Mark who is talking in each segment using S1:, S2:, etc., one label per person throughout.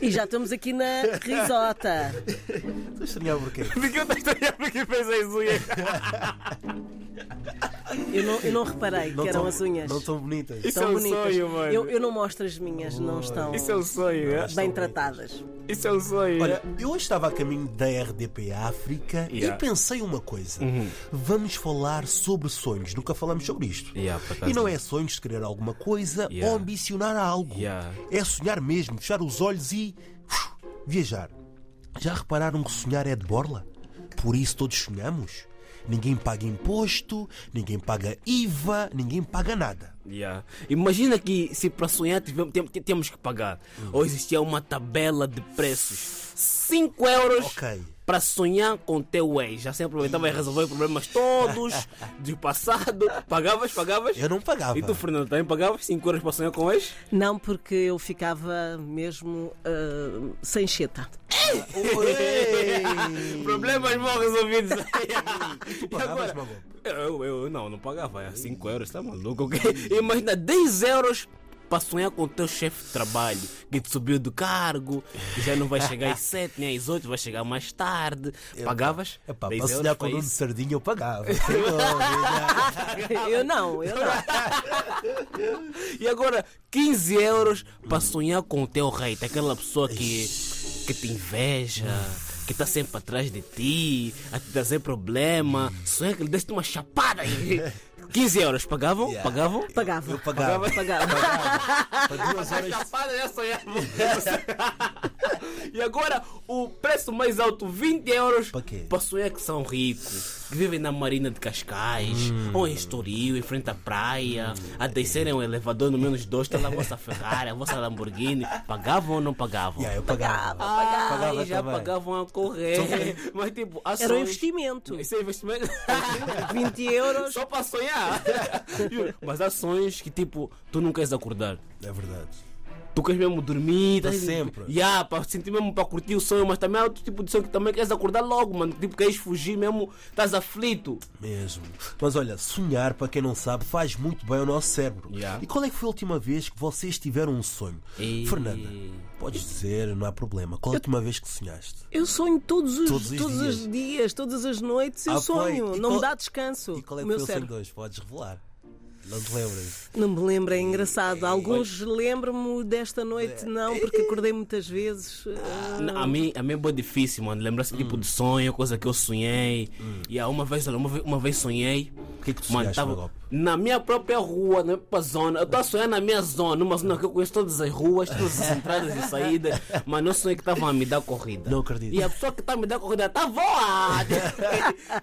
S1: E já estamos aqui na risota.
S2: Estou a estranhar porquê.
S3: Porque eu estou a estranhar porque fez as unhas.
S1: Eu não, eu não reparei que eram
S2: tão-
S1: as unhas.
S2: Não tão bonitas.
S3: Isso
S1: Tão
S3: é um
S1: bonitas.
S3: sonho, mano.
S1: Eu, eu não mostro as minhas, não estão
S3: Isso é um sonho, é?
S1: bem tratadas.
S3: Isso é um sonho.
S2: Olha, eu hoje estava a caminho da RDP África
S3: Yeah. Uhum.
S2: e pensei uma coisa. Vamos falar sobre sonhos. Nunca falamos sobre isto.
S3: Yeah, por acaso.
S2: e não é sonhos de querer alguma coisa
S3: Yeah.
S2: ou ambicionar algo.
S3: Yeah.
S2: É sonhar mesmo, fechar os olhos e uf, viajar. Já repararam que sonhar é de borla? Por isso todos sonhamos. Ninguém paga imposto, ninguém paga IVA, ninguém paga nada.
S3: é?
S4: Yeah. Imagina que se para sonhar tivemos, tem- tem- temos que pagar.
S3: Hum.
S4: Ou existia uma tabela de preços. 5 euros
S2: Ok.
S4: para sonhar com teu ex. Já sempre aproveitava e resolver problemas todos do passado. Pagavas, pagavas.
S2: Eu não pagava.
S4: E tu, Fernando, também pagavas 5 euros para sonhar com ex?
S1: Não porque eu ficava mesmo ah, sem cheta.
S2: Ei!
S4: Problemas mal resolvidos.
S2: tu pagavas, Mago?
S4: Eu, eu, eu não, não pagava. 5 euros, tá maluco? ok? Imagina 10 euros para sonhar com o teu chefe de trabalho que te subiu do cargo e já não vai chegar às 7 nem às 8, vai chegar mais tarde. Pagavas?
S2: Epá,
S4: 10
S2: para
S4: euros
S2: sonhar com
S4: pra
S2: o Nuno de
S4: isso?
S2: Sardinha eu pagava. Não,
S1: Eu não, eu não.
S4: E agora 15 euros para sonhar com o teu rei, aquela pessoa que, que te inveja. Que está sempre atrás de ti, a te trazer problema. Sonha que lhe deste uma chapada aí. 15 euros, pagavam?
S2: Yeah.
S4: Pagavam?
S1: Pagava.
S2: eu pagava.
S1: Pagava.
S2: Para duas horas.
S4: Chapada já sonhava. e agora o preço mais alto, 20 euros.
S2: Pra quê?
S4: Pra sonhar que são ricos, que vivem na Marina de Cascais,
S2: Hum.
S4: ou em Estoril, em frente à praia, a descerem um elevador no menos dois, tá lá a vossa Ferrari, a vossa Lamborghini. Pagavam ou não pagavam?
S2: Yeah, eu pagava.
S4: Ah,
S2: Pagava
S4: já
S2: também.
S4: pagavam a correr. Mas tipo, ações...
S1: Era um investimento.
S4: Isso é investimento.
S1: 20 euros.
S4: Só pra sonhar. Juro. Mas ações que tipo, tu não queres acordar.
S2: É verdade.
S4: Tu queres mesmo dormir,
S2: Pra
S4: estás
S2: sempre.
S4: Yeah, pra sentir mesmo pra curtir o sonho, mas também é outro tipo de sonho que também queres acordar logo, mano. Tipo, queres fugir mesmo, estás aflito.
S2: Mesmo. Mas olha, sonhar, para quem não sabe, faz muito bem ao nosso cérebro.
S4: Yeah.
S2: E qual é que foi a última vez que vocês tiveram um sonho?
S4: E-
S2: Fernanda, podes dizer, não há problema. Qual é a última vez que sonhaste?
S1: Eu sonho todos os,
S2: Todos os
S1: dias.
S2: dias.
S1: todas as noites. Eu
S2: Ah, foi.
S1: sonho.
S2: E
S1: Não me
S2: qual-
S1: dá descanso.
S2: E qual é
S1: o
S2: que
S1: meu
S2: foi o sonho
S1: cérebro.
S2: de hoje? Podes revelar. Não te lembras?
S1: Não me lembro, é engraçado. Alguns lembro-me desta noite, não, porque acordei muitas vezes. Ah,
S2: Hum.
S4: N- A mim, a mim é bem difícil, mano. Lembrar-se tipo de sonho, coisa que eu sonhei.
S2: Hum.
S4: E yeah, uma vez, olha, uma vez, uma vez sonhei.
S2: O que é que tu
S4: Mano,
S2: sonhaste,
S4: tava
S2: Magope?
S4: na minha própria rua, na minha própria zona. Eu tava sonhando na minha zona, uma zona que eu conheço todas as ruas, todas as entradas e saídas. Mano, eu sonhei que estavam a me dar corrida.
S2: Não acredito.
S4: E a pessoa que tá a me dar corrida tá voada.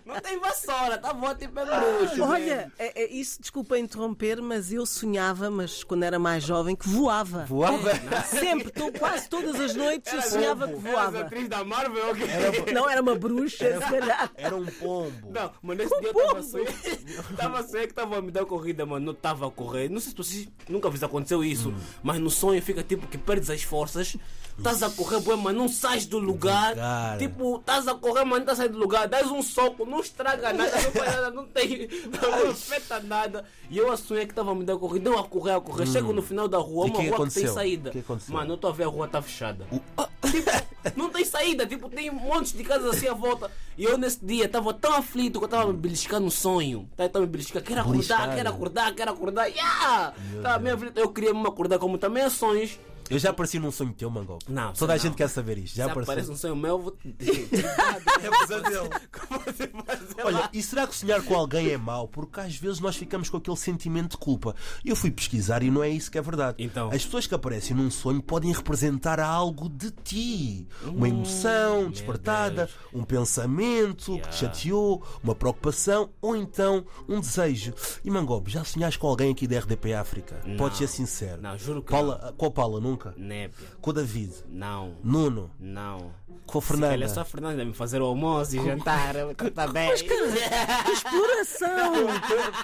S4: Não tem vassoura, tá voada tipo é bruxo.
S1: Olha, é- é isso, desculpa interromper, mas eu sonhava, mas quando era mais jovem, que voava.
S2: Voava?
S1: Sempre, to- quase todas as noites eu sonhava que voava.
S4: atriz da Marvel, ok?
S1: Não era uma bruxa, se calhar.
S2: Era um pombo.
S4: Não, mas nesse dia eu tava sonhando. Tava sonhando que tava a me dar corrida, mano. Não tava a correr. Não sei se vocês nunca vos aconteceu isso,
S2: Hum.
S4: mas no sonho fica tipo que perdes as forças. Estás a correr, boi, mas não sais do lugar.
S2: lugar.
S4: Tipo, estás a correr, mas não estás a sair do lugar. Dás um soco, não estraga nada, não faz nada, não tem. Não afeta nada. E eu a sonhei que tava a me dar corrida. Eu a correr, a correr. Chego no final da rua,
S2: Hum. E
S4: uma
S2: que
S4: rua que
S2: aconteceu?
S4: tem saída.
S2: Que aconteceu?
S4: Mano, eu tô a ver a rua tá fechada. Tipo, não tem saída, tipo, tem um monte de casas assim à volta. E eu nesse dia estava tão aflito que eu estava me beliscando no sonho. Estava me beliscando, quero acordar,
S2: Beliscar.
S4: quero acordar, quero acordar. Yeah! Tava meio aflito. Eu queria me acordar, como também é sonhos.
S2: Eu já apareci num sonho teu, Mangol.
S4: Não,
S2: Toda a
S4: não.
S2: gente quer saber isto. Já
S4: Se aparece
S2: apareceu.
S4: um sonho meu, eu vou te dizer. um
S2: Olha, e será que sonhar com alguém é mau? Porque às vezes nós ficamos com aquele sentimento de culpa. Eu fui pesquisar e não é isso que é verdade.
S4: Então?
S2: As pessoas que aparecem num sonho podem representar algo de ti.
S4: Uh,
S2: Uma emoção despertada, um pensamento que te chateou, uma preocupação ou então um desejo. E Mangob, já sonhaste com alguém aqui da RDP África? Podes ser sincero.
S4: Não, juro que
S2: Paula, Com a Paula, nunca?
S4: Népia,
S2: Com o David?
S4: não,
S2: Nuno?
S4: não.
S2: Com a
S4: Olha
S2: Fernanda?
S4: só a Fernanda me fazer o almoço e jantar, tá bem.
S1: Exploração!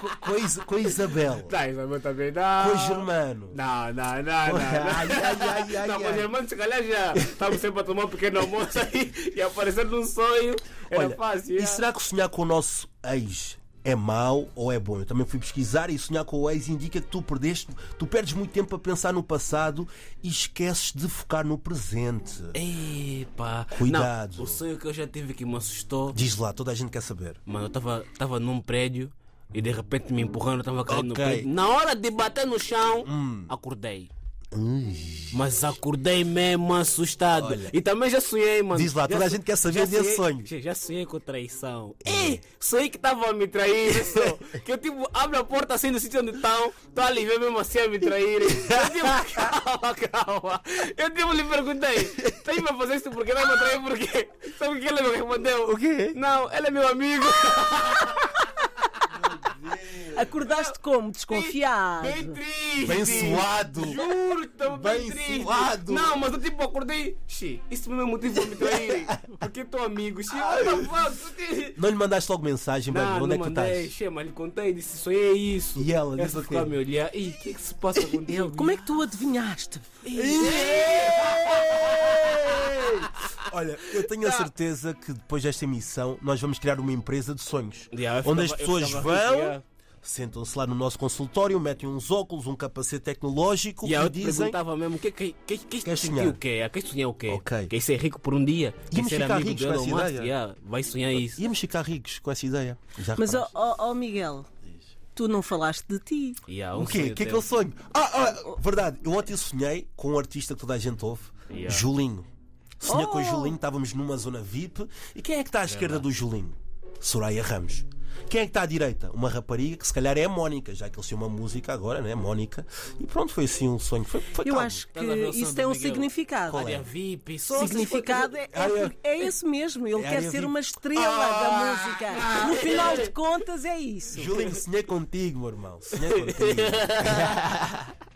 S2: Co- com, a Is- com a Isabel?
S4: Tá, Isabel também não.
S2: Com o Germano?
S4: Não, não, não, não.
S2: Ai, ai, ai, ai,
S4: Não, mas
S2: ai.
S4: irmão, se calhar já estamos sempre a tomar um pequeno almoço aí e aparecer num sonho. Era
S2: Olha,
S4: fácil.
S2: E
S4: é.
S2: será que sonhar com o nosso ex é é mau ou é bom. Eu também fui pesquisar e sonhar com o ex indica que tu perdeste, tu perdes muito tempo a pensar no passado e esqueces de focar no presente.
S4: é- Epa.
S2: Cuidado.
S4: Não, o sonho que eu já tive que me assustou.
S2: Diz lá, toda a gente quer saber.
S4: Mano, eu tava, tava num prédio e de repente me empurrando, eu tava
S2: Ok. Hum.
S4: caindo no prédio. Na hora de bater no chão, acordei. Mas acordei mesmo assustado. E também já sonhei, mano.
S2: Diz lá,
S4: Já
S2: toda a
S4: sonhei-
S2: gente quer saber
S4: já
S2: desse
S4: sonhei-
S2: sonho.
S4: Já, já sonhei com traição. Ih, sonhei que tava a me trair, isso. que eu tipo, abro a porta assim no sítio onde estão, tô ali ver mesmo assim a me trair. Eu tipo, calma, calma. Eu tipo lhe perguntei, tá aí pra fazer isso porque não me trair por quê? Sabe o que ele me respondeu? O
S2: quê?
S4: Não, ele é meu amigo.
S1: Acordaste como? Desconfiado.
S4: Ah. Bem triste.
S2: Bem suado.
S4: Juro, tamo bem,
S2: Bem
S4: triste.
S2: suado.
S4: Não, mas eu tipo acordei. Xi, isso não é motivo pra me traírem. Porque tô amigo. Xi, what the fuck?
S2: Não lhe mandaste logo mensagem,
S4: Não,
S2: baby?
S4: não
S2: Onde é que tu
S4: mandei,
S2: estás?
S4: che, mas lhe contei, disse, sonhei é isso.
S2: E ela disse
S4: ela
S2: o quê?
S4: ficou a me olhar, ih, o que é que se passa contigo?
S1: Como é que tu adivinhaste?
S2: Olha, eu tenho
S4: Tá.
S2: a certeza que depois desta emissão nós vamos criar uma empresa de sonhos.
S4: Yeah, eu
S2: onde as
S4: ficava- assim, "Ah, eu
S2: pessoas
S4: ficava a
S2: vão,
S4: criar.
S2: sentam-se lá no nosso consultório, metem uns óculos, um capacete tecnológico
S4: E aí eu
S2: e
S4: te
S2: dizem.
S4: perguntava mesmo, que, é que, que, que,
S2: Queres
S4: sentir
S2: sonhar?
S4: o quê? Queres "Ah, sonhar o quê?
S2: Ok.
S4: Queres ser rico por um dia? Queres
S2: Íamos
S4: ser
S2: ficar
S4: amigo
S2: ricos
S4: do
S2: com
S4: Elon
S2: essa
S4: Musk?
S2: ideia.
S4: Yeah, vai sonhar isso.
S2: Íamos ficar ricos com essa ideia. Já
S1: Mas, ó
S2: reparaste?
S1: ó- ó, Miguel, tu não falaste de ti.
S4: Yeah, um
S2: O quê?
S4: sonho
S2: O que é que
S4: teu.
S2: eu sonho? Ah, ah, verdade, eu ontem sonhei com um artista que toda a gente ouve,
S4: Yeah.
S2: Julinho. Sonhei com o
S1: Oh!
S2: Julinho, estávamos numa zona VIP. E quem é que está à esquerda do Julinho? Soraya Ramos. Quem é que está à direita? Uma rapariga que se calhar é a Mónica, já que eles têm uma música agora, né? Mónica. E pronto, foi assim um sonho. Foi, foi
S1: Eu
S2: calmo.
S1: acho que
S4: Estás a ver o som
S1: isso
S4: do
S1: tem um
S4: Miguel? é?
S1: significado.
S2: é?"
S4: Área VIP, só
S1: O
S4: essas
S1: significado é,
S4: coisas.
S1: é, porque- é esse mesmo. Ele
S2: É
S1: quer
S2: área Ah!
S1: ser
S2: VIP.
S1: uma estrela da música. No final de contas, é isso.
S2: Julinho, sonhei contigo, meu irmão. Sonhei contigo.